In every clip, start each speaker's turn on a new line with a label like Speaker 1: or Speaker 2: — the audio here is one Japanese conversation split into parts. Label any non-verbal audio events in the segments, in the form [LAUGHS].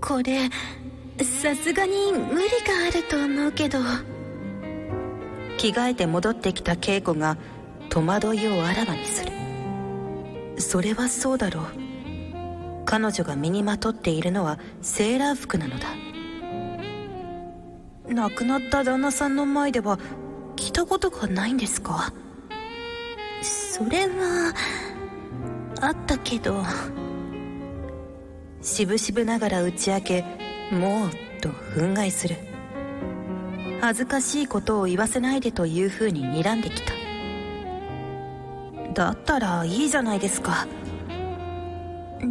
Speaker 1: これさすがに無理があると思うけど
Speaker 2: 着替えて戻ってきた恵子が戸惑いをあらわにするそれはそうだろう彼女が身にまとっているのはセーラー服なのだ亡くなった旦那さんの前では着たことがないんですか
Speaker 1: それはあったけど
Speaker 2: しぶしぶながら打ち明けもうと憤慨する恥ずかしいことを言わせないでというふうに睨んできただったらいいじゃないですか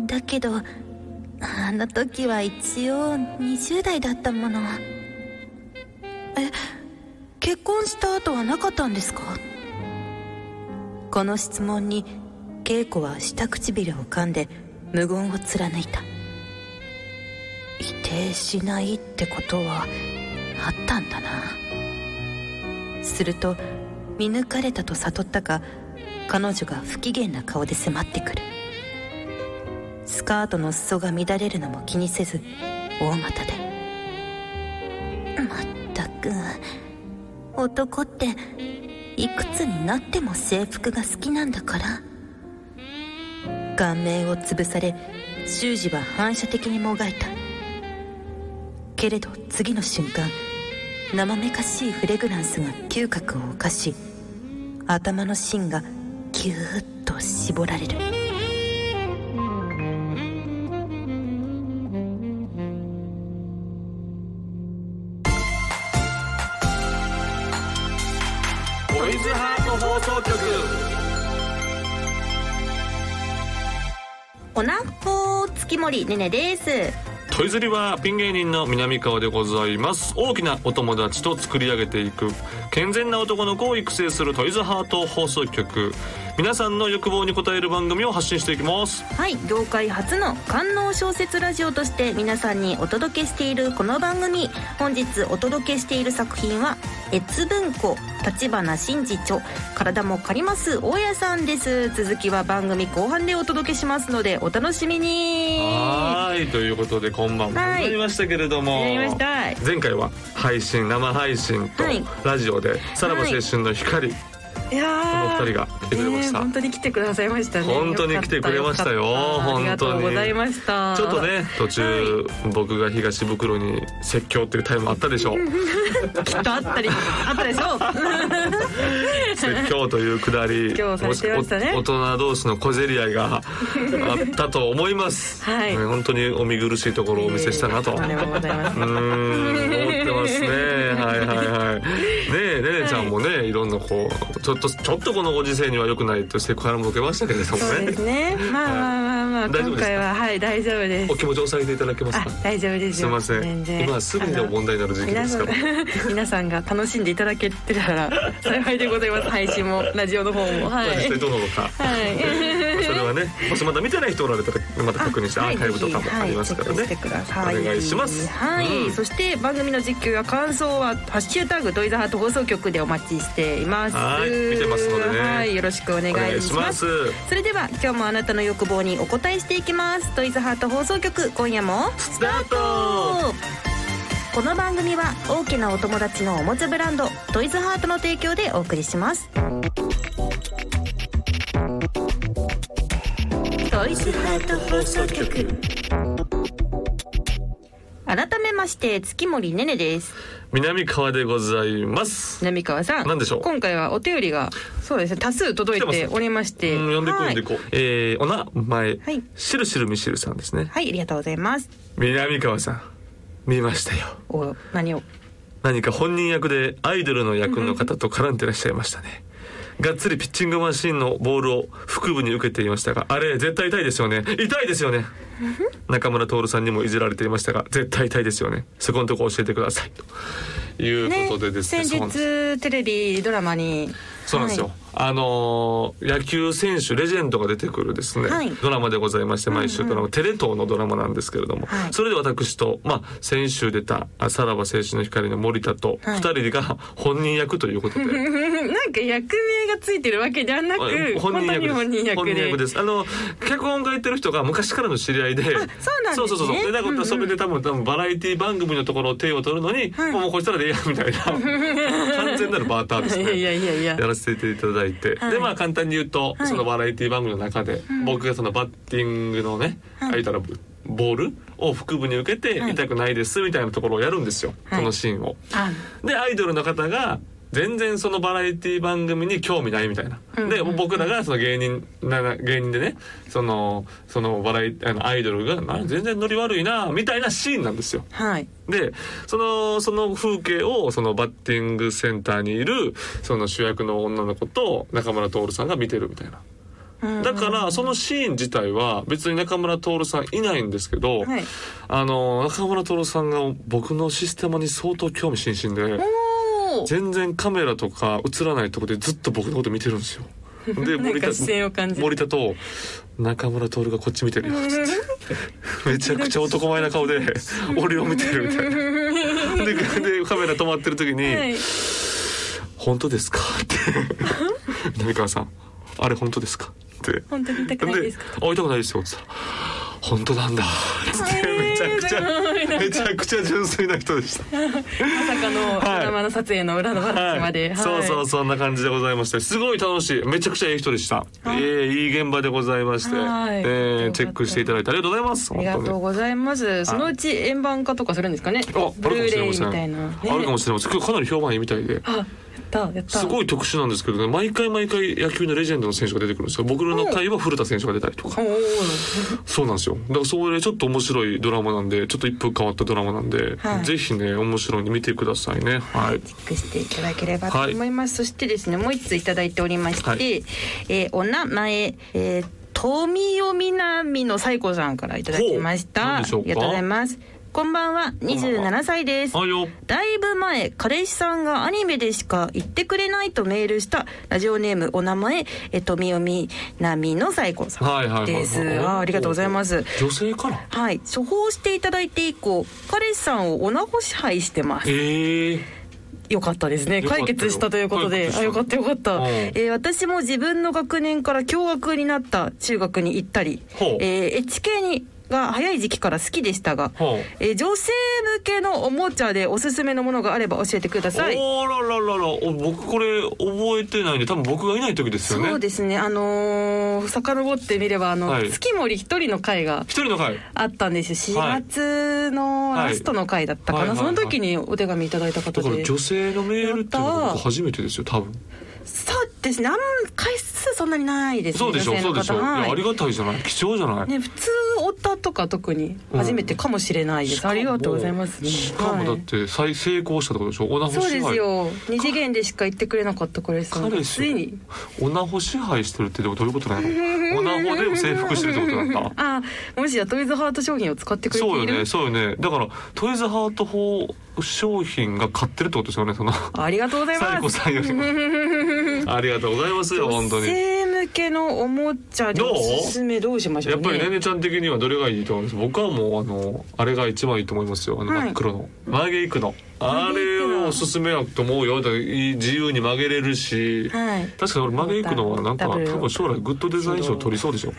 Speaker 1: だけどあの時は一応20代だったもの
Speaker 2: え結婚した後はなかったんですかこの質問に恵子は下唇を噛んで無言を貫いた否定しないってことはあったんだなすると見抜かれたと悟ったか彼女が不機嫌な顔で迫ってくるスカートの裾が乱れるのも気にせず大股で
Speaker 1: まったく男っていくつになっても制服が好きなんだから
Speaker 2: 顔面を潰され修二は反射的にもがいたけれど次の瞬間生めかしいフレグランスが嗅覚を犯し頭の芯がギューッと絞られる
Speaker 3: トイズハート放送局
Speaker 4: おなほ月森ねねです
Speaker 3: トイズリはピン芸人の南川でございます大きなお友達と作り上げていく健全な男の子を育成するトイズハート放送局皆さんの欲望に応える番組を発信していきます
Speaker 4: はい業界初の官能小説ラジオとして皆さんにお届けしているこの番組本日お届けしている作品は「越文庫立花真治著体も借ります大家さん」です続きは番組後半でお届けしますのでお楽しみに
Speaker 3: はーいということで今晩も
Speaker 4: はい
Speaker 3: 始まりましたけれども、
Speaker 4: 始まりました
Speaker 3: 前回は配信生配信と
Speaker 4: はい
Speaker 3: ラジオで、さらば青春の光、
Speaker 4: いやー
Speaker 3: この二人が来てくれました
Speaker 4: ねえ本当に来てくださいましたね
Speaker 3: 本当に来てくれましたよ
Speaker 4: かった
Speaker 3: 本当に
Speaker 4: ありがとうございました
Speaker 3: ちょっとね途中、僕が東袋に説教っていうタイムあったでしょう
Speaker 4: きっとあったりあったでしょ
Speaker 3: 説教というくだり
Speaker 4: 今日されてましたね
Speaker 3: もお大人同士の小競り合いがあったと思います、
Speaker 4: はい
Speaker 3: ね本当にお見苦しいところをお見せしたなと、う
Speaker 4: ありがとうございます
Speaker 3: ーん思ってますねはいはいはいねえねねちゃんもね、い、ろんなこうちょっとちょっとこのご時世には良くないとセクハラも受けましたけれども
Speaker 4: そうで
Speaker 3: ね
Speaker 4: すね。まあまあまあまあ、
Speaker 3: 大丈夫
Speaker 4: 今
Speaker 3: ですか
Speaker 4: 回ははい大丈夫で
Speaker 3: お
Speaker 4: す。
Speaker 3: 気持ちを抑えていただけます
Speaker 4: あ
Speaker 3: か
Speaker 4: 大丈夫です
Speaker 3: すい
Speaker 4: よ。
Speaker 3: ません
Speaker 4: 全然
Speaker 3: 今すぐにでも問題になる時期で
Speaker 4: 皆
Speaker 3: す
Speaker 4: さ
Speaker 3: か
Speaker 4: ん
Speaker 3: [LAUGHS] ら
Speaker 4: 皆さんが楽しんでいただけてたら幸いでございます。配信もラジオの方もはい。
Speaker 3: 実際どうなのか、
Speaker 4: はい。
Speaker 3: それはねもしまだ見てない人おられたらまた確認してア
Speaker 4: はい
Speaker 3: ーカイブとかもありますからね、
Speaker 4: ぜひはいチェックしてください
Speaker 3: お願いします
Speaker 4: はい、
Speaker 3: うん
Speaker 4: そして番組の実況や感想は「ハッシュタグトイザハート放送局」でお待ちしています
Speaker 3: はい見てますのでね
Speaker 4: はいよろしくお願いします
Speaker 3: お願いし
Speaker 4: それでは今日もあなたの欲望にお答えしていきますトイズハート放送局今夜も
Speaker 3: スタート
Speaker 4: この番組は大きなお友達のおもちゃブランドトイズハートの提供でお送りしますトイズハート放送局改めまして月森ねねです
Speaker 3: 南川でございます
Speaker 4: 南川さん
Speaker 3: 何でしょう
Speaker 4: 今回はお便りがそうですね多数届い
Speaker 3: 来て
Speaker 4: て
Speaker 3: ます
Speaker 4: おりまし
Speaker 3: う
Speaker 4: て
Speaker 3: ん呼んでこう呼
Speaker 4: は
Speaker 3: ん
Speaker 4: い
Speaker 3: でこう、えー、お名前、
Speaker 4: はい
Speaker 3: しるしるみしるさんですね
Speaker 4: はいありがとうございます
Speaker 3: 南川さん見ましたよ
Speaker 4: お何を
Speaker 3: 何か本人役でアイドルの役の方と絡んでらっしゃいましたねがっつりピッチングマシンのボールを腹部に受けていましたがあれ絶対痛いですよね痛いですよね中村徹さんにもいじられていましたが絶対痛いですよねそこのとこ教えてくださいということでですね
Speaker 4: ね
Speaker 3: そうなんです
Speaker 4: 先日テレビドラマに
Speaker 3: そうなんですよ。
Speaker 4: は
Speaker 3: あのー野球選手レジェンドが出てくるですね、
Speaker 5: はい
Speaker 3: ドラマでございまして毎週ドラマ、テレ東のドラマなんですけれども、
Speaker 4: はい
Speaker 3: それで私と、まあ、先週出たあ「さらば青春の光」の森田と
Speaker 4: はい
Speaker 3: 二人が本人役とい
Speaker 4: [LAUGHS]
Speaker 3: うことで、
Speaker 4: なんか役名がついてるわけではなく本当に本人役で
Speaker 3: ですあの脚本書いてる人が昔からの知り合いでそう
Speaker 4: なんですね
Speaker 3: そうそうそうでなんか
Speaker 4: うんうん
Speaker 3: それで多分多分バラエティ番組のところを手を取るのに、
Speaker 4: はい
Speaker 3: もうこいつらでええや
Speaker 4: [LAUGHS]
Speaker 3: みたいな完全なるバーターですね
Speaker 4: いやいやいやいや
Speaker 3: [LAUGHS] やらせていただいて、
Speaker 4: はい
Speaker 3: でまあ簡単に言うと、
Speaker 4: はい
Speaker 3: そのバラエティ番組の中で、僕がそのバッティングのね、あいたらボールを腹部に受けて
Speaker 4: はい
Speaker 3: 痛くないですみたいなところをやるんですよ、
Speaker 4: はい
Speaker 3: そのシーンを。
Speaker 4: あ
Speaker 3: でアイドルの方が全然そのバラエティ番組に興味ないみたいな。
Speaker 4: うん
Speaker 3: で
Speaker 4: うん
Speaker 3: 僕らがその芸人なな芸人でねそのそのバラエあのアイドルがな全然ノリ悪いなみたいなシーンなんですよ。
Speaker 4: はい
Speaker 3: でそのその風景をそのバッティングセンターにいるその主役の女の子と中村徹さんが見てるみたいなだからそのシーン自体は別に中村徹さんいないんですけど、
Speaker 4: はい
Speaker 3: あの中村徹さんが僕のシステムに相当興味津々で
Speaker 4: おー
Speaker 3: 全然カメラとか映らないとこでずっと僕のこと見てるんですよ。
Speaker 4: [LAUGHS]
Speaker 3: で
Speaker 4: なんか視線を感じる
Speaker 3: 森田と中村徹がこっち見てるよつってめちゃくちゃ男前な顔で俺を見てるみたいな。
Speaker 4: [LAUGHS]
Speaker 3: ででカメラ止まってる時に「
Speaker 4: [LAUGHS] はい
Speaker 3: 本当ですか?」って「浪川さんあれ本当ですか?」って。
Speaker 4: 本当に痛くないですか
Speaker 3: で会いたくないですよ」って言ったら「本当なんだ」つってめちゃくちゃめちゃくちゃ純粋な人でした。
Speaker 4: [LAUGHS] まさかのドラマの撮影の裏の話まで、
Speaker 3: そうそうそんな感じでございましてすごい楽しいめちゃくちゃいい人でした、えーいい現場でございまして、
Speaker 4: はい
Speaker 3: えーチェックしていただいてありがとうございます
Speaker 4: ありがとうございます。そのうち円盤化とかするんですかね。
Speaker 3: 本
Speaker 4: ブ
Speaker 3: 当に
Speaker 4: ルーレイみ
Speaker 3: あ
Speaker 4: たいな。ね
Speaker 3: あるかもしれません、あるかもしれませんかなり評判いいみたいで
Speaker 4: あ、やったやった。
Speaker 3: すごい特殊なんですけどね毎回毎回野球のレジェンドの選手が出てくるんですよ僕の回は古田選手が出たりとか
Speaker 4: おー。
Speaker 3: そうなんですよだからそれちょっと面白いドラマなんでちょっと一風変わったドラマなんで、
Speaker 4: はい
Speaker 3: ぜひね面白いんで見てくださいねはい
Speaker 4: チェックしていただければと思います。そしてですね、もう一ついただいておりまして、
Speaker 3: はい
Speaker 4: えーお名前、えー、富代みなみの最子さんからいただきまし
Speaker 3: ほう
Speaker 4: た。
Speaker 3: 何
Speaker 4: あ
Speaker 3: でしょうか
Speaker 4: りがとうございます。こんばんは、
Speaker 3: んばんは
Speaker 4: 27歳です。
Speaker 3: あよ
Speaker 4: だいぶ前彼氏さんがアニメでしか言ってくれないとメールしたラジオネームお名前えっとみよみなみのさいこさん
Speaker 3: はいはいはいはい
Speaker 4: ですあーありがとうございます
Speaker 3: 女性から
Speaker 4: はい処方していただいて以降彼氏さんをおなご支配してます
Speaker 3: ええ
Speaker 4: よかったですね
Speaker 3: よかったよ
Speaker 4: 解決したということであ
Speaker 3: 解
Speaker 4: よか
Speaker 3: 決
Speaker 4: っ
Speaker 3: した
Speaker 4: よかった、
Speaker 3: うん
Speaker 4: えー私も自分の学年から共学になった中学に行ったり、
Speaker 3: ほう
Speaker 4: えー HK にが早い時期から好きでしたが、
Speaker 3: ほう
Speaker 4: えー女性向けのおもちゃでおすすめのものがあれば教えてください
Speaker 3: おーららららお僕これ覚えてないんで多分僕がいない時ですよね
Speaker 4: そうですね。あのー、遡ってみればあの、
Speaker 3: はい
Speaker 4: 月森一人の回が
Speaker 3: 一人の回
Speaker 4: あったんですよ。
Speaker 3: は
Speaker 4: 4
Speaker 3: い
Speaker 4: 月のラストの回だったかな。
Speaker 3: はいはいはいはい
Speaker 4: その時にお手紙いただいた方
Speaker 3: だから
Speaker 4: で。
Speaker 3: 女性のメールっていうの
Speaker 4: やっ
Speaker 3: が
Speaker 4: たー
Speaker 3: 僕初めてですよ多分
Speaker 4: そうですね。あん回数そんなにないですね。
Speaker 3: そうでしょう
Speaker 4: 女性
Speaker 3: そう
Speaker 4: の
Speaker 3: で
Speaker 4: 方
Speaker 3: しょう、い
Speaker 4: は
Speaker 3: や
Speaker 4: い
Speaker 3: ありがたいじゃない貴重じゃない、
Speaker 4: ね、普通オタとか特に初めてかもしれないで
Speaker 3: し
Speaker 4: す。
Speaker 3: かも
Speaker 4: ありがとうございます、ね。
Speaker 3: しかもだっ
Speaker 4: はい
Speaker 3: て再成功したってことでしょオナホ支
Speaker 4: そう
Speaker 3: 配
Speaker 4: ですよ。二次元でしか言ってくれなかった彼氏さんが
Speaker 3: 彼
Speaker 4: つ
Speaker 3: 氏
Speaker 4: いに。
Speaker 3: オナホ支配してるってどういうことなの
Speaker 4: [LAUGHS]
Speaker 3: オナホで征服してるってことなんだ
Speaker 4: ああ、もしやトイズハート商品を使ってくれてい
Speaker 3: そう
Speaker 4: る。
Speaker 3: よねそうよねだからトイズハート法商品が買ってるってことですよねその
Speaker 4: ありがとうございます。
Speaker 3: サイコさんより
Speaker 4: [LAUGHS]
Speaker 3: も [LAUGHS] ありがとうございますよ本当
Speaker 4: 女
Speaker 3: に
Speaker 4: 性向けのおもちゃで
Speaker 3: どう
Speaker 4: おすすめどうしましょ
Speaker 3: や
Speaker 4: う
Speaker 3: っ
Speaker 4: ね
Speaker 3: ぱりねねちゃん的にはどれがいいと思います僕はもうあのあれが一番いいと思いますよあの
Speaker 4: はい
Speaker 3: 真っ黒の、曲げいくのあれをおすすめやと思うよだからいい自由に曲げれるし、
Speaker 4: はい
Speaker 3: [LAUGHS] 確かに俺曲げいくのはなんか
Speaker 4: ダ
Speaker 3: 多
Speaker 4: ブル
Speaker 3: 分将来グッドデザイン賞取りそうでしょ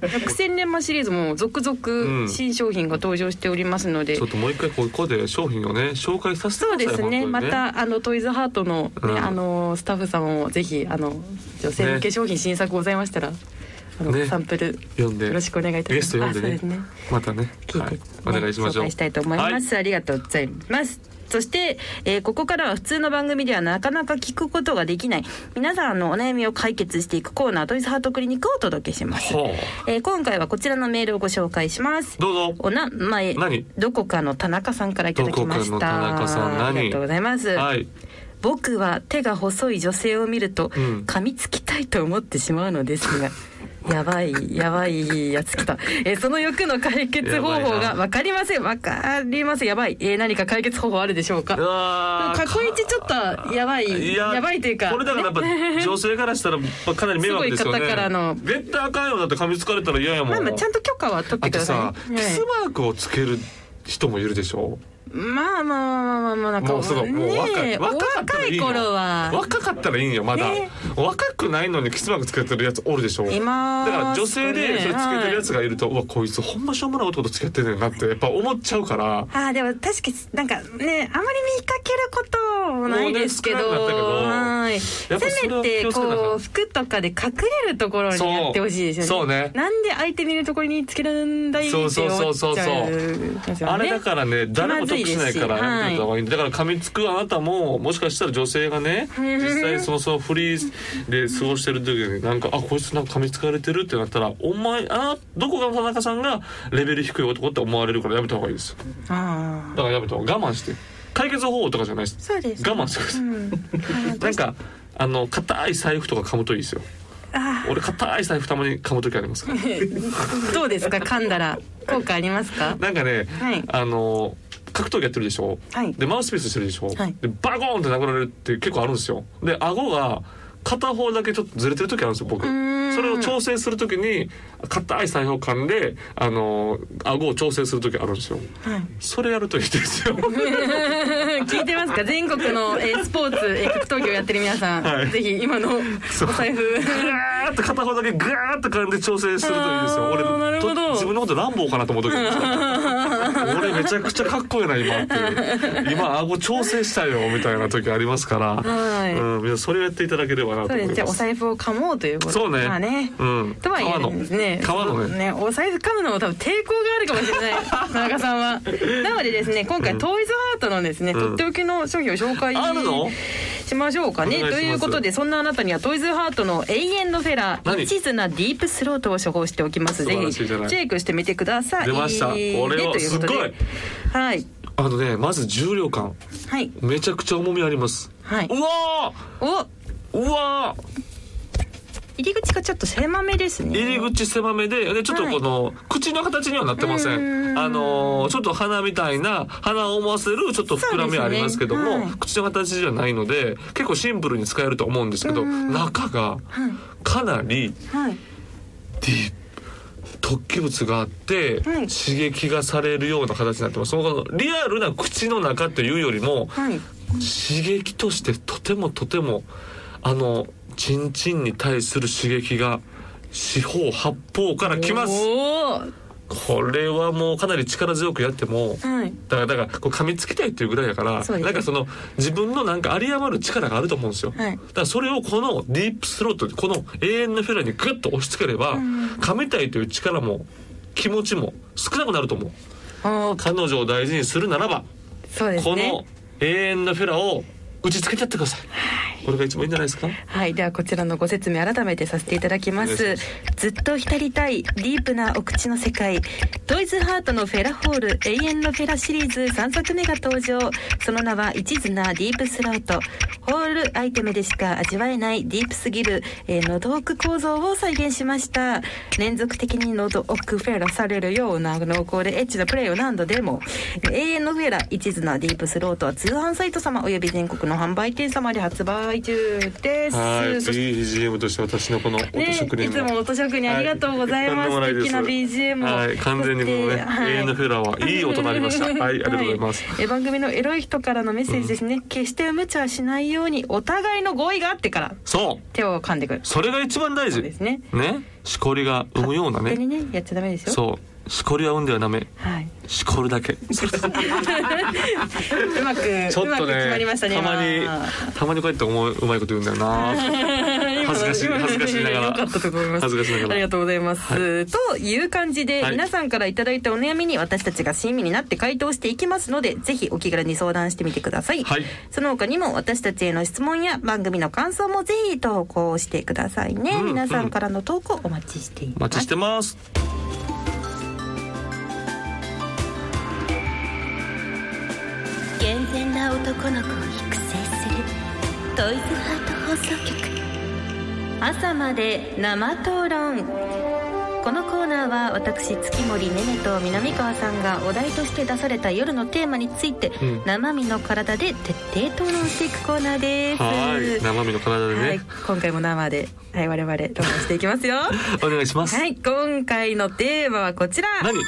Speaker 4: 百戦錬磨シリーズも続
Speaker 3: う
Speaker 4: 々
Speaker 3: ん
Speaker 4: 新商品が登場しておりますので、
Speaker 3: ちょっともう一回ここで商品をね紹介させて
Speaker 4: そう
Speaker 3: く
Speaker 4: で
Speaker 3: ださい
Speaker 4: すね
Speaker 3: 本当
Speaker 4: ま
Speaker 3: に
Speaker 4: たあのトイズハートの,、ね
Speaker 3: うん
Speaker 4: あのスタッフさんもぜひあの女性向け商品新作ございましたら、あの
Speaker 3: ね
Speaker 4: サンプル
Speaker 3: 読んで
Speaker 4: よろしくお願いいたします
Speaker 3: ゲスト読んでね
Speaker 4: あそうですね
Speaker 3: またね
Speaker 4: 聞い
Speaker 3: はい
Speaker 4: て、
Speaker 3: お願いしましょ
Speaker 4: 紹
Speaker 3: う
Speaker 4: 介したいと思います、ありがとうございますそして、えーここからは普通の番組ではなかなか聞くことができない皆さんのお悩みを解決していくコーナートイズハートクリニックをお届けします、
Speaker 3: はい、ほ
Speaker 4: えー今回はこちらのメールをご紹介します
Speaker 3: うどうぞ
Speaker 4: お名前
Speaker 3: 何
Speaker 4: どこかの田中さんからいただきました
Speaker 3: どこかの田中さん何
Speaker 4: ありがとうございます、
Speaker 3: はい
Speaker 4: 僕は手が細い女性を見ると
Speaker 3: うん [LAUGHS]
Speaker 4: 噛みつきたいと思ってしまうのですが、やばいやばいやつ来た、えーその欲の解決方法
Speaker 3: やばいな
Speaker 4: が分かりません分かりませんやばい、えー何か解決方法あるでしょうか
Speaker 3: うわー
Speaker 4: 過去一ちょっとやばいやばいというか
Speaker 3: これだからやっぱ女性からしたらかなり迷惑ですよね
Speaker 4: すごい方からの
Speaker 3: 絶対あかんよだって噛みつかれたら嫌やもん、
Speaker 4: まあまあちゃんと許可は取って
Speaker 3: あ
Speaker 4: く
Speaker 3: と
Speaker 4: だ
Speaker 3: さ
Speaker 4: さ、いね。
Speaker 3: キス
Speaker 4: はい
Speaker 3: マークをつける人もいるでしょ
Speaker 4: まあまあまあまあまあなんか
Speaker 3: もうすごいもう若,、
Speaker 4: ねえ
Speaker 3: 若か
Speaker 4: お
Speaker 3: った
Speaker 4: 若
Speaker 3: らいい
Speaker 4: い
Speaker 3: よ
Speaker 4: 頃は
Speaker 3: 若かったらいいんよまだ、
Speaker 4: ね
Speaker 3: 若くないのにキスマークつけてるやつおるでしょ
Speaker 4: いま
Speaker 3: だ
Speaker 4: す
Speaker 3: から女性でそれつけてるやつがいると、うわこいつほんましょうもない男と付き合ってんねんなってやっぱ思っちゃうから
Speaker 4: ああでも確かになんかねあまり見かけることもないですけど
Speaker 3: もうね少なくなったけど
Speaker 4: はい
Speaker 3: やっぱそ
Speaker 4: せ
Speaker 3: れは
Speaker 4: め
Speaker 3: 気
Speaker 4: て
Speaker 3: をつけなあかん
Speaker 4: こう服とかで隠れるところにやってほしいです
Speaker 3: そ
Speaker 4: よ
Speaker 3: う
Speaker 4: ね
Speaker 3: ね
Speaker 4: なんで相手見るところにつけられんだいって思っちゃう
Speaker 3: そうそうそうそうそう
Speaker 4: ですよね
Speaker 3: あれだからね誰も得しないからやめておいた方がいい、だから噛みつくあなたももしかしたら女性がね実際そうそうフリーで過ごしてる時になんかあこいつなんか噛みつかれてるってなったらお前あどこが田中さんがレベル低い男って思われるからやめた方がいいです
Speaker 4: あ
Speaker 3: だからやめた方が我慢して解決方法とかじゃないです
Speaker 4: ーそうですね
Speaker 3: 我慢してください
Speaker 4: うん
Speaker 3: なんかあの硬い財布とか噛むといいですよ
Speaker 4: あ
Speaker 3: 俺硬い財布たまに噛む時ありますから
Speaker 4: ーどうですか噛んだら効果ありますか
Speaker 3: なんかね、
Speaker 4: はい
Speaker 3: あの格闘技やってるでしょ、
Speaker 4: はい
Speaker 3: でマウスピースしてるでしょ、
Speaker 4: はい
Speaker 3: でバコーンって殴られるって結構あるんですよで顎が片方だけちょっとずれてる時あるんですよ僕
Speaker 4: ーん
Speaker 3: それを調整する時に硬い裁縫感であの顎を調整する時あるんですよ
Speaker 4: はい
Speaker 3: それやるといいですよ
Speaker 4: 聞いてますか全国の、えースポーツ、えー格闘技をやってる皆さん、
Speaker 3: はい
Speaker 4: ぜひ今のお
Speaker 3: そう
Speaker 4: 財布
Speaker 3: グーッと片方だけグーッと噛んで調整するといいですよ
Speaker 4: あー
Speaker 3: 俺
Speaker 4: なるほど
Speaker 3: と自分のことランボーかなと思う時あるんですよ俺めちゃくちゃかっこいいな今っていう今顎調整したよみたいな時ありますから
Speaker 4: はい
Speaker 3: うん、皆さんそれをやっていただければなと
Speaker 4: そう
Speaker 3: 思い
Speaker 4: です
Speaker 3: ます。
Speaker 4: じゃあお財布を噛もうということ
Speaker 3: そうね。
Speaker 4: まあね、
Speaker 3: うん。
Speaker 4: とは言えるんですね
Speaker 3: 皮の皮のね。
Speaker 4: ねお財布噛むのも多分抵抗があるかもしれ
Speaker 3: [LAUGHS]
Speaker 4: ない田中さんはなのでですね今回トイズハートのですね、
Speaker 3: ん
Speaker 4: とっておきの商品を紹介
Speaker 3: あるの
Speaker 4: しましょうか
Speaker 3: お
Speaker 4: ね
Speaker 3: 願いします
Speaker 4: ということでそんなあなたにはトイズハートの永遠のフェラー
Speaker 3: 何
Speaker 4: 一途なディープスロートを処方しておきます
Speaker 3: 素
Speaker 4: ぜ
Speaker 3: 晴ら
Speaker 4: ひ
Speaker 3: し
Speaker 4: チ
Speaker 3: いじゃ
Speaker 4: ェ
Speaker 3: ない
Speaker 4: ックしてみてください
Speaker 3: 出ましたこれは
Speaker 4: ねということです
Speaker 3: ごい
Speaker 4: はい
Speaker 3: あのね、まず重量感。
Speaker 4: はい
Speaker 3: めちゃくちゃ重みあります。
Speaker 4: はいう
Speaker 3: わ
Speaker 4: お
Speaker 3: ーうわー
Speaker 4: 入り口がちょっと狭めですね
Speaker 3: 入り口狭めで、で、ちょっとこの、口の形にはなってませ。
Speaker 4: うんん
Speaker 3: あのー、ちょっと鼻みたいな、鼻を思わせるちょっと膨らみはありますけど
Speaker 4: そうです
Speaker 3: も、
Speaker 4: ねはい
Speaker 3: 口の形じゃないので、結構シンプルに使えると思うんですけど、中が、かなり、
Speaker 4: はい
Speaker 3: ディープ突起物があって、
Speaker 4: はい
Speaker 3: 刺激がされるような形になってますそのリアルな口の中というよりも、
Speaker 4: はい
Speaker 3: 刺激としてとてもとてもあのチンチンに対する刺激が四方八方から来ます
Speaker 4: おー
Speaker 3: これはもうかなり力強くやっても
Speaker 4: はい
Speaker 3: だからだからこう噛みつきたいっていうぐらいだから、
Speaker 4: そうですね
Speaker 3: なんかその自分のなんか有り余る力があると思うんですよ、
Speaker 4: はい
Speaker 3: だからそれをこのディープスロートこの永遠のフェラにグッと押し付ければ、噛みたいという力も気持ちも少なくなると思う
Speaker 4: おー
Speaker 3: 彼女を大事にするならば、
Speaker 4: そうです
Speaker 3: こ
Speaker 4: ね
Speaker 3: の永遠のフェラを打ち付けちゃってください、これが一番いいんじゃないですか
Speaker 4: はい、ではこちらのご説明改めてさせていただきま
Speaker 3: お願
Speaker 4: す
Speaker 3: いし
Speaker 4: ずっと浸りたいディープなお口の世界トイズハートのフェラホール永遠のフェラシリーズ3作目が登場その名は一途なディープスロートホールアイテムでしか味わえないディープすぎる、えー、喉奥構造を再現しました連続的に喉奥フェラされるような濃厚でエッチなプレイを何度でもえー永遠のフェラ一途なディープスロートは通販サイト様および全国の販売店様で発売中です
Speaker 3: は
Speaker 4: [LAUGHS]
Speaker 3: い
Speaker 4: そして
Speaker 3: 次 BGM として私のこの音
Speaker 4: ね、
Speaker 3: 職
Speaker 4: い
Speaker 3: 人
Speaker 4: つも音職人ありがとうございます。
Speaker 3: はとんでもな
Speaker 4: 素
Speaker 3: です
Speaker 4: 敵な BGM を。
Speaker 3: はい、完全にもう
Speaker 4: そし
Speaker 3: ね、
Speaker 4: て [LAUGHS] はい
Speaker 3: 永遠のフェラはいい音にな
Speaker 4: [LAUGHS]
Speaker 3: りました。はい、ありがとうございます。
Speaker 4: はえ番組のエロい人からのメッセージですね。決して無茶はしないようにお互いの合意があってから
Speaker 3: そう、
Speaker 4: 手を噛んでくる。
Speaker 3: それが一番大事。
Speaker 4: ですね。
Speaker 3: ね、しこりが生むような
Speaker 4: 本当に
Speaker 3: ね。
Speaker 4: ねやっちゃダメですよ。
Speaker 3: そう、しこりは生んではダメ。
Speaker 4: はい。
Speaker 3: しこるだけ。それだけ
Speaker 4: うまく、
Speaker 3: ちょ
Speaker 4: う
Speaker 3: っ
Speaker 4: ま
Speaker 3: と
Speaker 4: く決ま
Speaker 3: ね
Speaker 4: りましたね。
Speaker 3: たまに
Speaker 4: 今
Speaker 3: たまにこうやって思ううまいこと言う
Speaker 4: [LAUGHS]
Speaker 3: んだよな恥ずかしい
Speaker 4: 今の
Speaker 3: 恥ずかしいながら
Speaker 4: よかったと思います。
Speaker 3: 恥ずかしいながら
Speaker 4: ありがとうございます。という感じで、
Speaker 3: はい
Speaker 4: 皆さんからいただいたお悩みに私たちが親身になって回答していきますので、ぜひお気軽に相談してみてください。
Speaker 3: はい
Speaker 4: その他にも私たちへの質問や番組の感想もぜひ投稿してくださいね。
Speaker 3: うん
Speaker 4: 皆さんからの投稿お待ちしてい
Speaker 3: お
Speaker 4: ます。
Speaker 3: 待ちしてます
Speaker 1: 健全な男の子を育成するトイズハート放送局
Speaker 4: 朝まで生討論このコーナーは私月森ねねと南川さんがお題として出された夜のテーマについて、
Speaker 3: うん
Speaker 4: 生身の体で徹底討論していくコーナーです
Speaker 3: はい生身の体でね、
Speaker 4: はい今回も生で、はい、我々討論していき
Speaker 3: [LAUGHS]
Speaker 4: ますよは
Speaker 3: お願いします、
Speaker 4: い今回のテーマはこちら
Speaker 3: 何
Speaker 4: 言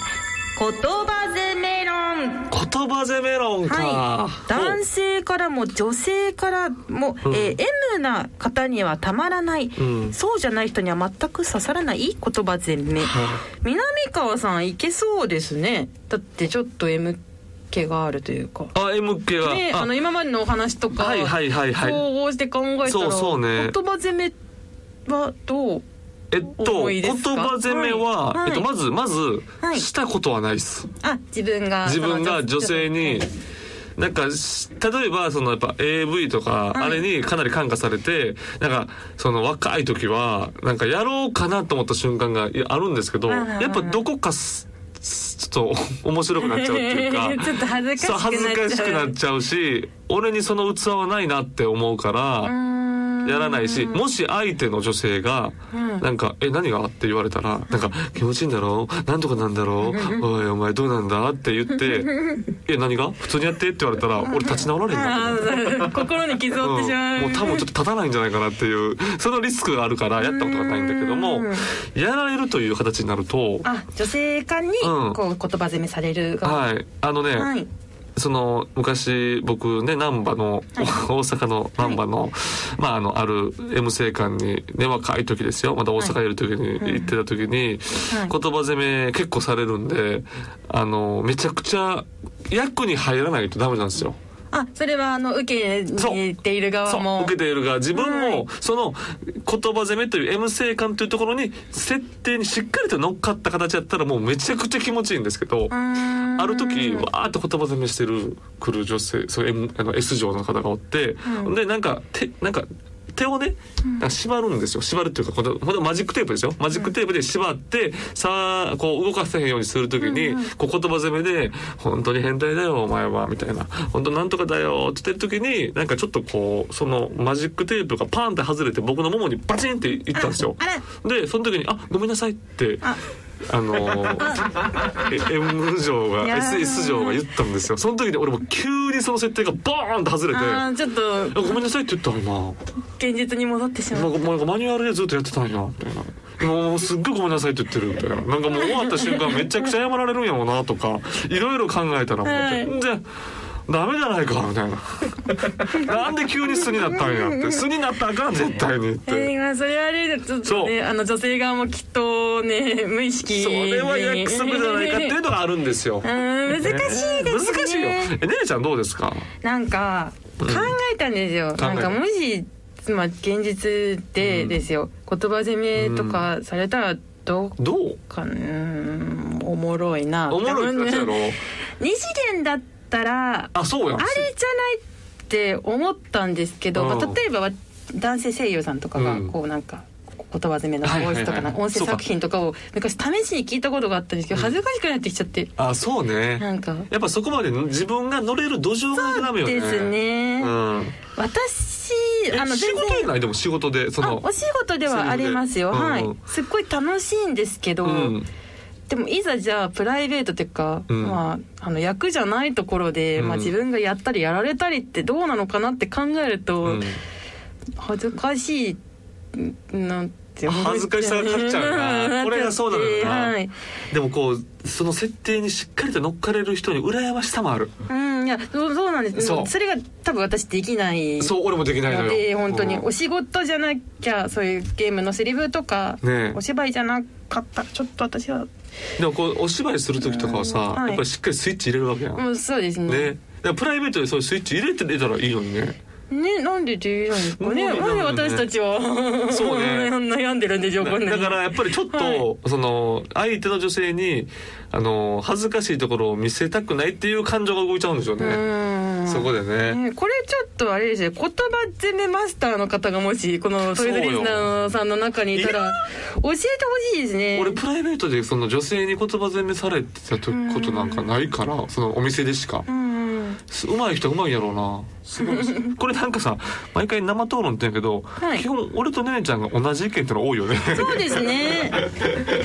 Speaker 4: 葉攻め論
Speaker 3: 言葉攻め論か、
Speaker 4: はい、男性からも女性からも、
Speaker 3: うん
Speaker 4: えー M な方にはたまらない、
Speaker 3: うん
Speaker 4: そうじゃない人には全く刺さらない言葉攻め、
Speaker 3: は
Speaker 4: 南川さんいけそうですねだってちょっと M 気があるというか
Speaker 3: あ M 系は、
Speaker 4: ねあ
Speaker 3: あ
Speaker 4: の今までのお話とか
Speaker 3: はいはいはいはい
Speaker 4: 総合して考えたら
Speaker 3: そうそうね
Speaker 4: 言葉攻めはどう
Speaker 3: えっと
Speaker 4: 多い
Speaker 3: 言
Speaker 4: ですか
Speaker 3: 葉攻めは、
Speaker 4: はい
Speaker 3: えっとまずまず、
Speaker 4: はい
Speaker 3: したことはないです
Speaker 4: あ自分が
Speaker 3: 自分が女性になんかし例えばそのやっぱ AV とか
Speaker 4: い
Speaker 3: あれにかなり感化されて、なんかその若い時はなんかやろうかなと思った瞬間がいやあるんですけど、
Speaker 4: はいはいはい
Speaker 3: やっぱどこかすすちょっと面白くなっちゃうっていう
Speaker 4: [LAUGHS]
Speaker 3: か
Speaker 4: ちょっと恥ずかしくなっちゃう
Speaker 3: そう恥ずかしくなっちゃうし俺にその器はないなって思うからやらないしもし相手の女性がなんか「え何が?」って言われたら「なんか気持ちいいんだろうなんとかなんだろうおいお前どうなんだ?」って
Speaker 4: [LAUGHS]
Speaker 3: 言って「え何が普通にやって」って言われたら俺立ち直られへんなと思って。
Speaker 4: あー心に傷を負ってしまう、
Speaker 3: うんもう多分ちょっと立たないんじゃないかなっていうそのリスクがあるからやったことがないんだけどもやられるという形になると
Speaker 4: あ女性間に
Speaker 3: うん
Speaker 4: こう言葉攻めされる側、
Speaker 3: はいあのね、
Speaker 4: はい
Speaker 3: その昔僕ね難波の、 [LAUGHS] 大阪の難波の、まああのある M 星館にね若い時ですよまた大阪いる時に行ってた時に、
Speaker 4: はい
Speaker 3: 言葉攻め結構されるんであのめちゃくちゃ役に入らないとダメなんですよ。
Speaker 4: あそれはあの受けにている側
Speaker 3: そう
Speaker 4: も
Speaker 3: 受けているが自分
Speaker 4: はい
Speaker 3: もその言葉攻めという M 星感というところに設定にしっかりと乗っかった形やったらもうめちゃくちゃ気持ちいいんですけど。あ
Speaker 4: あ
Speaker 3: る時わーっと言葉攻めしてる来る女性そう M あの S 嬢の方がおって、でなんか手なんか手をねなんか縛るんですよ縛るっていうかこのこのマジックテープですよマジックテープで縛ってさあこう動かせへんようにする時に、こう言葉攻めで「本当に変態だよお前は」みたいな「本当なんとかだよ」って言ってる時になんかちょっとこうそのマジックテープがパンって外れて僕のももにバチンっていったんですよ。でその時に「あごめんなさい」ってあのー、え M 嬢が SS 嬢が言ったんですよその時に俺も急にその設定がボーンと外れて
Speaker 4: あーちょっ
Speaker 3: 「
Speaker 4: と
Speaker 3: ごめんなさい」って言った今
Speaker 4: 現実に戻ってしま
Speaker 3: な
Speaker 4: うん
Speaker 3: かもうなんかマニュアルでずっとやってたんやみたいな。今もうすっごいごめんなさいって言ってるみたいな。なんかもう終わった瞬間めちゃくちゃ謝られるんやろうなとか、いろいろ考えたらもう、
Speaker 4: はい
Speaker 3: じゃあダメじゃないかみたいな。 [LAUGHS] なんで急に素になったんやって。素になったらあかん絶対にっ
Speaker 4: え
Speaker 3: て。
Speaker 4: ーまあそれはあれちょっと
Speaker 3: そう
Speaker 4: ねあの女性側もきっとね無意識に
Speaker 3: それは約束じゃない
Speaker 4: [LAUGHS]
Speaker 3: かっていうのがあるんですよ。
Speaker 4: うーん難しいですね
Speaker 3: 難しいよ。え、ねねちゃんどうですか
Speaker 4: なんか考えたんですよ、
Speaker 3: た
Speaker 4: なんかもしまあ現実でですよ、言葉攻めとかされたらどう
Speaker 3: どう
Speaker 4: かうんおもろいな
Speaker 3: おもろいってやつやろ
Speaker 4: 二次元だったら
Speaker 3: あ、そうや
Speaker 4: あ
Speaker 3: ん。
Speaker 4: れじゃないって思ったんですけど、
Speaker 3: うん
Speaker 4: まあ、例えばわ男性声優さんとかが
Speaker 3: うん
Speaker 4: こうなんか。言葉攻めのボイスと
Speaker 3: はいはい
Speaker 4: か
Speaker 3: はい
Speaker 4: な音声作品とかを昔試しに聞いたことがあったんですけど恥ずかしくなってきちゃって
Speaker 3: あ、そうね。
Speaker 4: なんか
Speaker 3: やっぱそこまで自分が乗れる土壌がダメよね。
Speaker 4: ですね
Speaker 3: うん。
Speaker 4: 私
Speaker 3: え
Speaker 4: あの
Speaker 3: 仕
Speaker 4: 全
Speaker 3: 事以
Speaker 4: 然
Speaker 3: 外でも仕事でそ
Speaker 4: あ
Speaker 3: の
Speaker 4: お仕事ではありますよ
Speaker 3: セリフで
Speaker 4: はい
Speaker 3: うん
Speaker 4: すっごい楽しいんですけど
Speaker 3: うん
Speaker 4: でもいざじゃあプライベートっていうか
Speaker 3: うん
Speaker 4: まああの役じゃないところで
Speaker 3: うん
Speaker 4: まあ自分がやったりやられたりってどうなのかなって考える
Speaker 3: う
Speaker 4: と
Speaker 3: ん
Speaker 4: 恥ずかしいなんて思っちゃう
Speaker 3: 恥ずかしさが勝っちゃ
Speaker 4: [LAUGHS]
Speaker 3: うなこれがそうなのよな
Speaker 4: はい
Speaker 3: でもこうその設定にしっかりと乗っかれる人に羨ましさもある
Speaker 4: うんいやそうそうなんです
Speaker 3: そう
Speaker 4: それが多分私できない
Speaker 3: そう俺もできない
Speaker 4: の
Speaker 3: のよ、
Speaker 4: で本当に
Speaker 3: うん
Speaker 4: お仕事じゃなきゃそういうゲームのセリフとか、
Speaker 3: ねえ
Speaker 4: お芝居じゃなかったらちょっと私は
Speaker 3: でもこうお芝居する時とかはさ、
Speaker 4: うんはい
Speaker 3: やっぱりしっかりスイッチ入れるわけやん、
Speaker 4: もうそうです
Speaker 3: ね
Speaker 4: ね
Speaker 3: だからプライベートでそういうスイッチ入れて出たらいいのにね
Speaker 4: ねなんでできないんですかね
Speaker 3: 無理
Speaker 4: な
Speaker 3: な
Speaker 4: んで
Speaker 3: んだね
Speaker 4: 私たちは
Speaker 3: そうね
Speaker 4: [LAUGHS] 悩んでるんでしょうこんな
Speaker 3: だ
Speaker 4: に
Speaker 3: からやっぱりちょっと、
Speaker 4: はい
Speaker 3: その相手の女性にあの恥ずかしいところを見せたくないっていう感情が動いちゃうんでしょう
Speaker 4: う
Speaker 3: ね、
Speaker 4: ーん
Speaker 3: そこでね、
Speaker 4: ねこれちょっとあれですね言葉攻めマスターの方がもしこのトイズリスナーさんの中にいたら教えてほしいですね
Speaker 3: 俺プライベートでその女性に言葉攻めされてたことなんかないからそのお店でしか
Speaker 4: うん
Speaker 3: すうまい人はうまいやろうなすごいです
Speaker 4: [LAUGHS]
Speaker 3: これなんかさ毎回生討論って言うんやけど、
Speaker 4: はい
Speaker 3: 基本俺とねねちゃんが同じ意見ってのが多いよね
Speaker 4: そうですね [LAUGHS]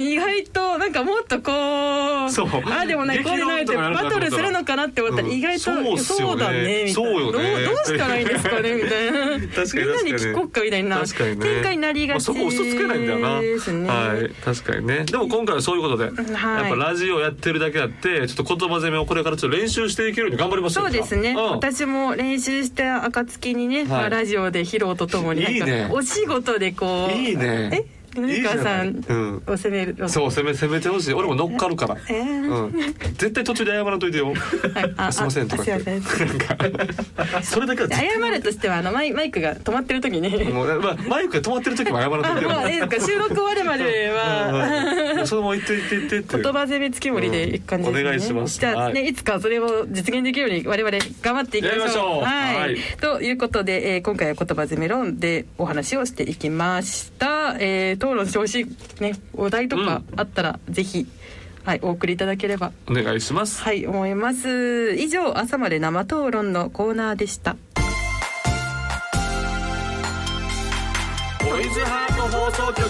Speaker 4: 意外となんかもっとこう
Speaker 3: そう
Speaker 4: あでもないこうでないって
Speaker 3: 激論とか
Speaker 4: バトルするのかなって思ったら
Speaker 3: うん
Speaker 4: 意外と、
Speaker 3: そうっす
Speaker 4: そ
Speaker 3: よね
Speaker 4: うだねみたいな
Speaker 3: そうよね
Speaker 4: どうどうしたらいいんですかねみたいな
Speaker 3: 確かに
Speaker 4: みんなに聞こっかみたいな
Speaker 3: 確かにね
Speaker 4: 展開になりが
Speaker 3: まあ
Speaker 4: ち
Speaker 3: そこ嘘つけないんだよな、
Speaker 4: ですね
Speaker 3: はい確かにねでも今回はそういうことで、
Speaker 4: はい
Speaker 3: やっぱラジオやってるだけあってちょっと言葉攻めをこれからちょっと練習していけるように頑張りますよ
Speaker 4: そうですね、
Speaker 3: ん
Speaker 4: 私も練習した暁にね、まあラジオで披露とともになんか
Speaker 3: いいね
Speaker 4: お仕事でこう
Speaker 3: いいね
Speaker 4: え浪川さ
Speaker 3: いい
Speaker 4: ん
Speaker 3: じゃないうん
Speaker 4: を責める
Speaker 3: そう攻め攻めてほしい俺も乗っかるから、
Speaker 4: えー
Speaker 3: うん、絶対途中で謝らんといてよ
Speaker 4: はい [LAUGHS] ああ
Speaker 3: すいませんとか言って
Speaker 4: すいません
Speaker 3: それだけは絶
Speaker 4: 謝るとしてはあのマイマイクが止まってる時に
Speaker 3: 対 [LAUGHS]
Speaker 4: ね
Speaker 3: もう、まあ、マイクが止まってる時も謝らんとい
Speaker 4: あ
Speaker 3: てよ
Speaker 4: [LAUGHS] まあええですか収録終わるまでは
Speaker 3: うんうんそのまま言って言って言ってっていう
Speaker 4: 言葉攻めつき盛りでいく感じです、ね
Speaker 3: うんお願いします
Speaker 4: じゃ
Speaker 3: は
Speaker 4: あ、
Speaker 3: い
Speaker 4: ねい、つかそれを実現できるように我々頑張っていきましょう
Speaker 3: やりましょう
Speaker 4: はい、
Speaker 3: はい
Speaker 4: ということで、えー今回は言葉攻め論でお話をしていきました、えー、討論してほしい、ね、お題とかあったら、ぜひ、はい、お送りいただければ
Speaker 3: お願いします
Speaker 4: はい思います以上朝まで生討論のコーナーでした
Speaker 3: ボイズハート放送局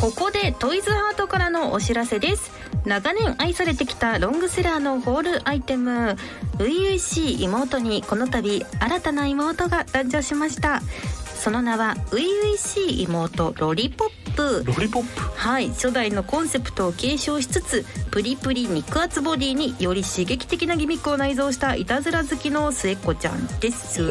Speaker 5: ここでトイズハートからのお知らせです長年愛されてきたロングセラーのホールアイテム初々しい妹にこの度新たな妹が誕生しましたその名は初々しい妹ロリポップ
Speaker 3: ロリポップ
Speaker 5: はい初代のコンセプトを継承しつつプリプリ肉厚ボディにより刺激的なギミックを内蔵したいたずら好きの末っ子ちゃんです、え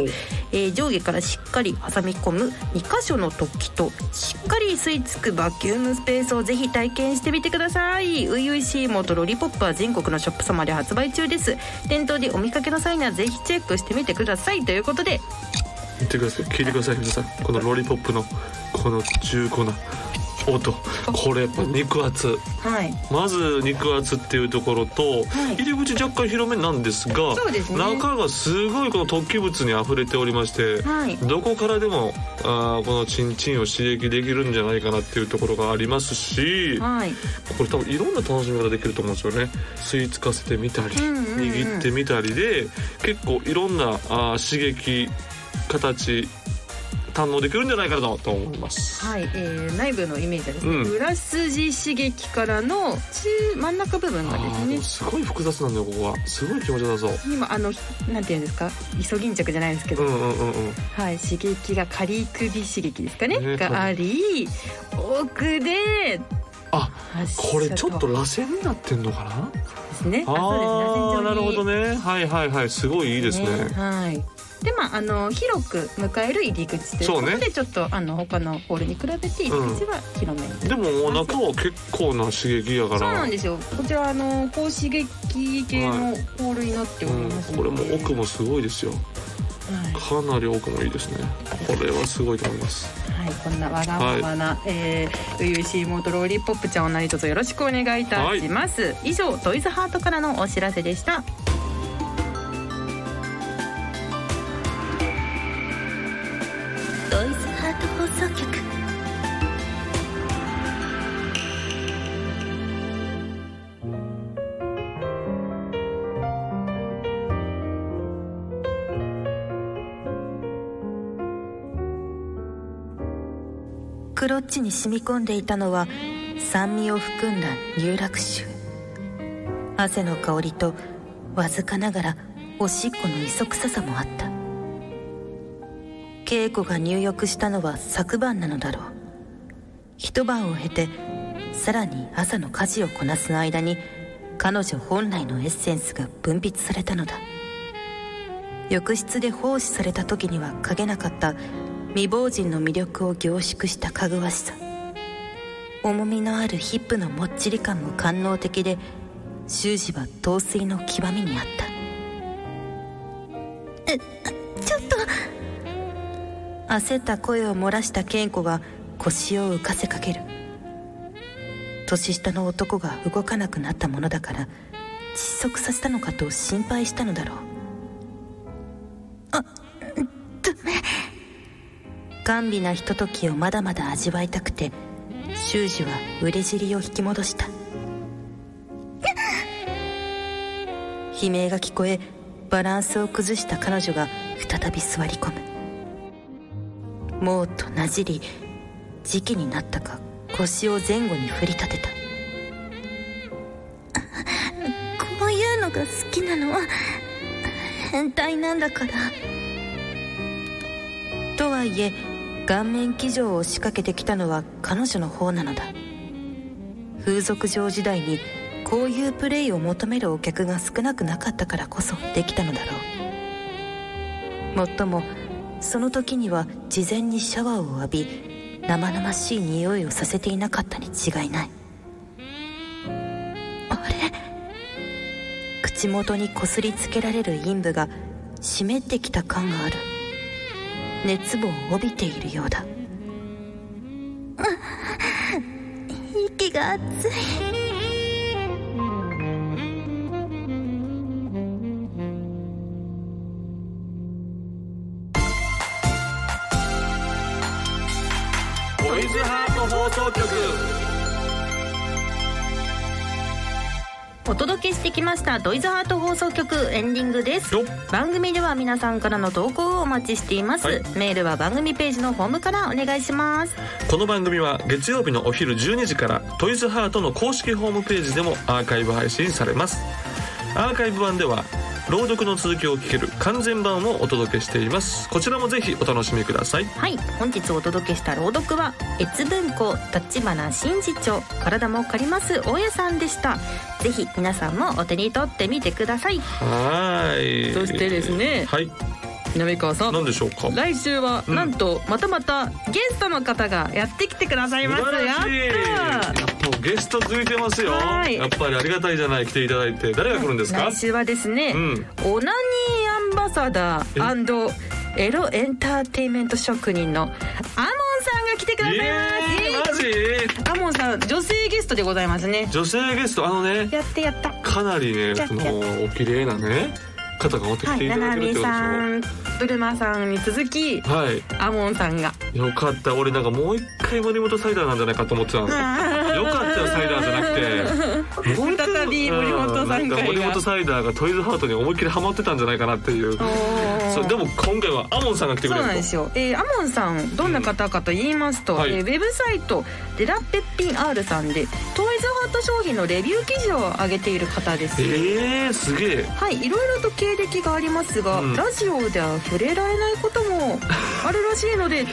Speaker 5: ー上下からしっかり挟み込む2箇所の突起としっかり吸い付くバキュームスペースをぜひ体験してみてください初々しいモとロリポップは全国のショップ様で発売中です店頭でお見かけの際にはぜひチェックしてみてくださいということで
Speaker 3: 言ってください聞いてください皆さんこのロリポップのこの重厚な音これやっぱ肉厚
Speaker 4: はい
Speaker 3: まず肉厚っていうところと、入り口若干広めなんですが
Speaker 4: そうですね
Speaker 3: 中がすごいこの突起物に溢れておりまして、
Speaker 5: はい
Speaker 3: どこからでもあーこのチンチンを刺激できるんじゃないかなっていうところがありますし、
Speaker 5: はい
Speaker 3: これ多分いろんな楽しみ方できると思うんですよね吸い付かせてみたり、
Speaker 5: んうんうん
Speaker 3: 握ってみたりで結構いろんなあー刺激形堪能できるんじゃないかなと思います、
Speaker 4: はい、えー内部のイメージはですね、
Speaker 3: うん
Speaker 4: 裏筋刺激からの中真ん中部分が
Speaker 3: あ
Speaker 4: です
Speaker 3: ーで
Speaker 4: ね
Speaker 3: もすごい複雑なんだよここはすごい気持ちよさそう
Speaker 4: 今あのなんていうんですかイソギンチャクじゃないですけど、
Speaker 3: うんうんうんうん
Speaker 4: はい刺激が仮首刺激ですかね
Speaker 3: ね
Speaker 4: があり奥で
Speaker 3: あ
Speaker 4: 発射
Speaker 3: これちょっと螺旋になってんのかな
Speaker 4: ですね
Speaker 3: あ
Speaker 4: そうです
Speaker 3: ー
Speaker 4: ね
Speaker 3: なるほどねはいはいはいすごいいいですね
Speaker 4: はいでまあ、あの広く迎える入り口ということ
Speaker 3: そ
Speaker 4: で、
Speaker 3: うね
Speaker 4: ちょっとあの他のホールに比べて入り口は広めに、
Speaker 3: でも中は結構な刺激やから
Speaker 4: そうなんですよこちらあの高刺激系のホールになっております
Speaker 3: うん
Speaker 4: の
Speaker 3: こ
Speaker 4: で、
Speaker 3: れも奥もすごいですよ
Speaker 4: はい
Speaker 3: かなり奥もいいですねこれはすごいと思います
Speaker 4: はい、こんなわがままな、えー、初々しいモートローリーポップちゃんを何卒よろしくお願いいたします、以上トイズハートからのお知らせでした
Speaker 1: ドイツハート放送局
Speaker 6: クロッチに染み込んでいたのは酸味を含んだ乳酪酒汗の香りとわずかながらおしっこの磯臭さもあった稽古が入浴したのは昨晩なのだろう一晩を経てさらに朝の家事をこなす間に彼女本来のエッセンスが分泌されたのだ浴室で奉仕された時には嗅げなかった未亡人の魅力を凝縮したかぐわしさ重みのあるヒップのもっちり感も官能的で修士は陶酔の極みにあった
Speaker 1: ちょっと
Speaker 6: 焦った声を漏らした健子が腰を浮かせかける年下の男が動かなくなったものだから窒息させたのかと心配したのだろうあダメ甘美なひとときをまだまだ味わいたくて修二は腕尻を引き戻した悲鳴が聞こえバランスを崩した彼女が再び座り込むもうとなじり時期になったか腰を前後に振り立てた
Speaker 1: こういうのが好きなのは変態なんだから
Speaker 6: とはいえ顔面騎乗を仕掛けてきたのは彼女の方なのだ風俗嬢時代にこういうプレイを求めるお客が少なくなかったからこそできたのだろうもっともその時には事前にシャワーを浴び生々しい匂いをさせていなかったに違いない
Speaker 1: あれ
Speaker 6: 口元にこすりつけられる陰部が湿ってきた感がある熱を帯びているようだ
Speaker 1: 息が熱い
Speaker 3: トイズハート放送局
Speaker 5: お届けしてきましたドイズハート放送局エンディングです
Speaker 3: よっ
Speaker 5: 番組では皆さんからの投稿をお待ちしています、
Speaker 3: はい
Speaker 5: メールは番組ページのフォームからお願いします
Speaker 3: この番組は月曜日のお昼12時からトイズハートの公式ホームページでもアーカイブ配信されますアーカイブ版では朗読の続きを聞ける完全版をお届けしていますこちらもぜひお楽しみください
Speaker 5: はい本日お届けした朗読は越文庫立花真嗣長体も借ります大家さんでしたぜひ皆さんもお手に取ってみてください
Speaker 3: はーい
Speaker 4: そしてですね
Speaker 3: はい
Speaker 4: 南川さん
Speaker 3: 何でしょうか
Speaker 4: 来週は
Speaker 3: うん
Speaker 4: なんとまたまたゲストの方がやってきてくださいます
Speaker 3: 素晴らしい
Speaker 4: やった
Speaker 3: やっぱゲスト続いてますよ
Speaker 4: はい
Speaker 3: やっぱりありがたいじゃない来ていただいて誰が来るんですか
Speaker 4: 来週はですね、
Speaker 3: うん
Speaker 4: オナニーアンバサダーエロエンターテインメント職人のアモンさんが来てくださいますイエ
Speaker 3: マジ
Speaker 4: ーイアモンさん女性ゲストでございますね
Speaker 3: 女性ゲストあのね
Speaker 4: やってやったは
Speaker 3: かなりね
Speaker 4: じゃあ
Speaker 3: そのお綺麗なね方が持ってきて
Speaker 4: い
Speaker 3: いただ
Speaker 4: ナ
Speaker 3: ける
Speaker 4: ナ
Speaker 3: っ
Speaker 4: ミ
Speaker 3: てことでしょ
Speaker 4: さんブルマさんに続き
Speaker 3: はい
Speaker 4: アモンさんが
Speaker 3: よかった俺なんかもう一回森本サイダーなんじゃないかと思ってたんですよよかったよサイダーじゃなくてもう一回
Speaker 4: 再び森本さん会が
Speaker 3: うなんか森本サイダーがトイズハートに思いっきりハマってたんじゃないかなっていうそうでも今回はアモンさんが来て
Speaker 4: そ
Speaker 3: く
Speaker 4: う
Speaker 3: れる
Speaker 4: なん
Speaker 3: と
Speaker 4: ですよ、えー、アモンさんどんな方かと言いますと、
Speaker 3: はい
Speaker 4: えーウェブサイトデラペッピン R さんでトイズハート商品のレビュー記事を上げている方です
Speaker 3: えー、すげえ
Speaker 4: はいいろいろと経歴がありますが、
Speaker 3: うん
Speaker 4: ラジオでは触れられないこと
Speaker 3: [LAUGHS]
Speaker 4: もあるらしいので、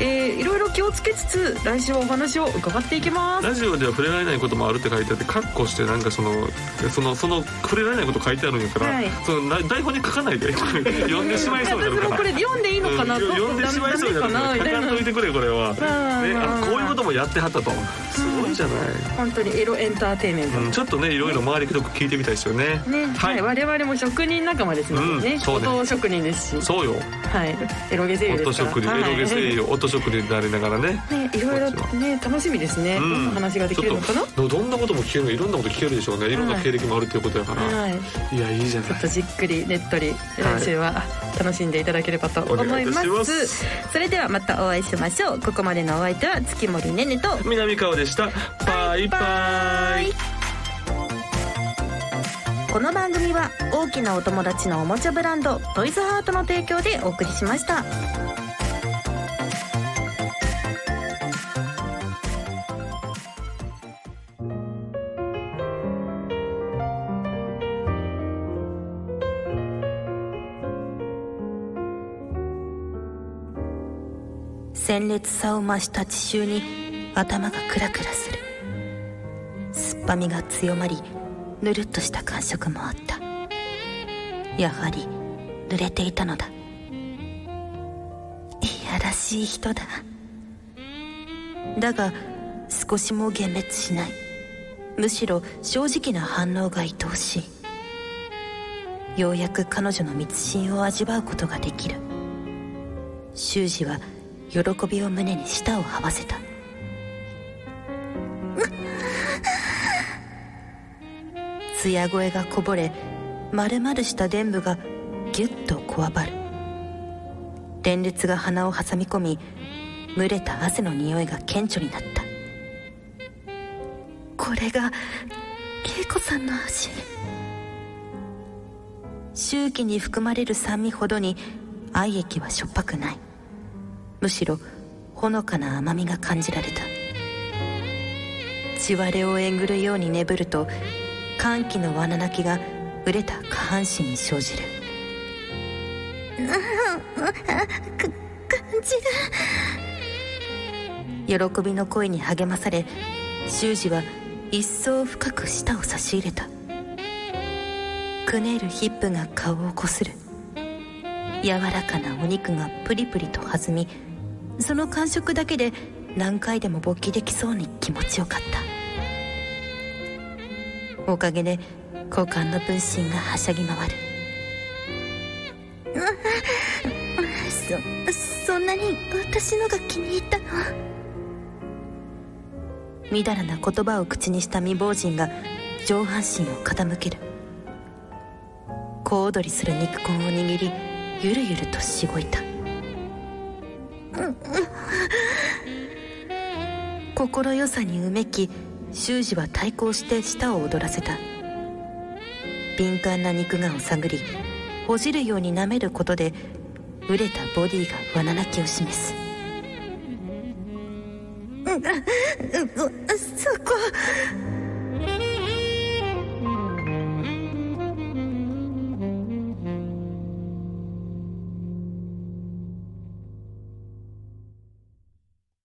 Speaker 4: えー、いろいろ気をつけつつ来週はお話を伺っていきます
Speaker 3: ラジオでは触れられないこともあるって書いてあってカッコしてなんかそのそのその触れられないこと書いてあるんやから、
Speaker 4: はい
Speaker 3: そのな台本に書か [LAUGHS] ないで読んでしまいそうになる
Speaker 4: 私も
Speaker 3: か
Speaker 4: これ
Speaker 3: ら。
Speaker 4: 読んでいいのかな、
Speaker 3: う
Speaker 4: ど
Speaker 3: ん
Speaker 4: う
Speaker 3: 読んでしまいそうになる
Speaker 4: ダ
Speaker 3: か
Speaker 4: メ
Speaker 3: ら
Speaker 4: か
Speaker 3: 書
Speaker 4: な
Speaker 3: か
Speaker 4: みた
Speaker 3: んと
Speaker 4: いな
Speaker 3: いてくれこれは、
Speaker 4: まあ
Speaker 3: ね、あ
Speaker 4: まあ
Speaker 3: こういうこともやってはったとすごいじゃない、
Speaker 4: 本当にエロエンターテインメント、
Speaker 3: うん、ちょっとねいろいろ周りくどく聞いてみたいですよね
Speaker 4: ねはい、我々も職人仲間ですもんね、
Speaker 3: うんそうね
Speaker 4: 音職人ですし、
Speaker 3: そうよ
Speaker 4: はい、エロゲ声優で
Speaker 3: 音
Speaker 4: すから
Speaker 3: 職人、
Speaker 4: はい、
Speaker 3: エロゲ声優音職人になりながらね
Speaker 4: ね、いろいろね楽しみですね、どんな話ができるのかな
Speaker 3: ちょっとどんなことも聞けるのいろんなこと聞けるでしょうねいろんな経歴もあるっていうことやから、
Speaker 4: はい
Speaker 3: い、やいいじゃない
Speaker 4: ちょっとじっくりねっとり来週は楽しんでいただければと思い
Speaker 3: お願いい
Speaker 4: ま
Speaker 3: た
Speaker 4: す,、
Speaker 3: します
Speaker 4: それではまたお会いしましょうここまでのお相手は月森ねねと
Speaker 3: 南川でしたバイバイ
Speaker 5: この番組は大きなお友達のおもちゃブランドトイズハートの提供でお送りしました
Speaker 6: 鮮烈さを増した地臭に頭がクラクラする酸っぱみが強まりぬるっとした感触もあったやはり濡れていたのだいやらしい人だだが少しも幻滅しないむしろ正直な反応が愛おしいようやく彼女の密心を味わうことができる修二は喜びを胸に舌を這わせた艶声がこぼれ丸々した伝部がギュッとこわばる電列が鼻を挟み込み蒸れた汗の匂いが顕著になった
Speaker 1: これが恵子さんの足
Speaker 6: 周期に含まれる酸味ほどに愛液はしょっぱくないむしろほのかな甘みが感じられた地割れをえぐるように眠ると歓喜の罠泣きが熟れた下半身に生じる
Speaker 1: 感じる
Speaker 6: 喜びの声に励まされ修二は一層深く舌を差し入れたくねるヒップが顔をこする柔らかなお肉がプリプリと弾みその感触だけで何回でも勃起できそうに気持ちよかったおかげで股間の分身がはしゃぎ回る
Speaker 1: そそんなに私のが気に入ったの
Speaker 6: みだらな言葉を口にした未亡人が上半身を傾ける小躍りする肉根を握りゆるゆるとしごいた心よさにうめき修二は対抗して舌を踊らせた敏感な肉眼を探りほじるように舐めることで熟れたボディが罠なきを示す
Speaker 1: ううそこ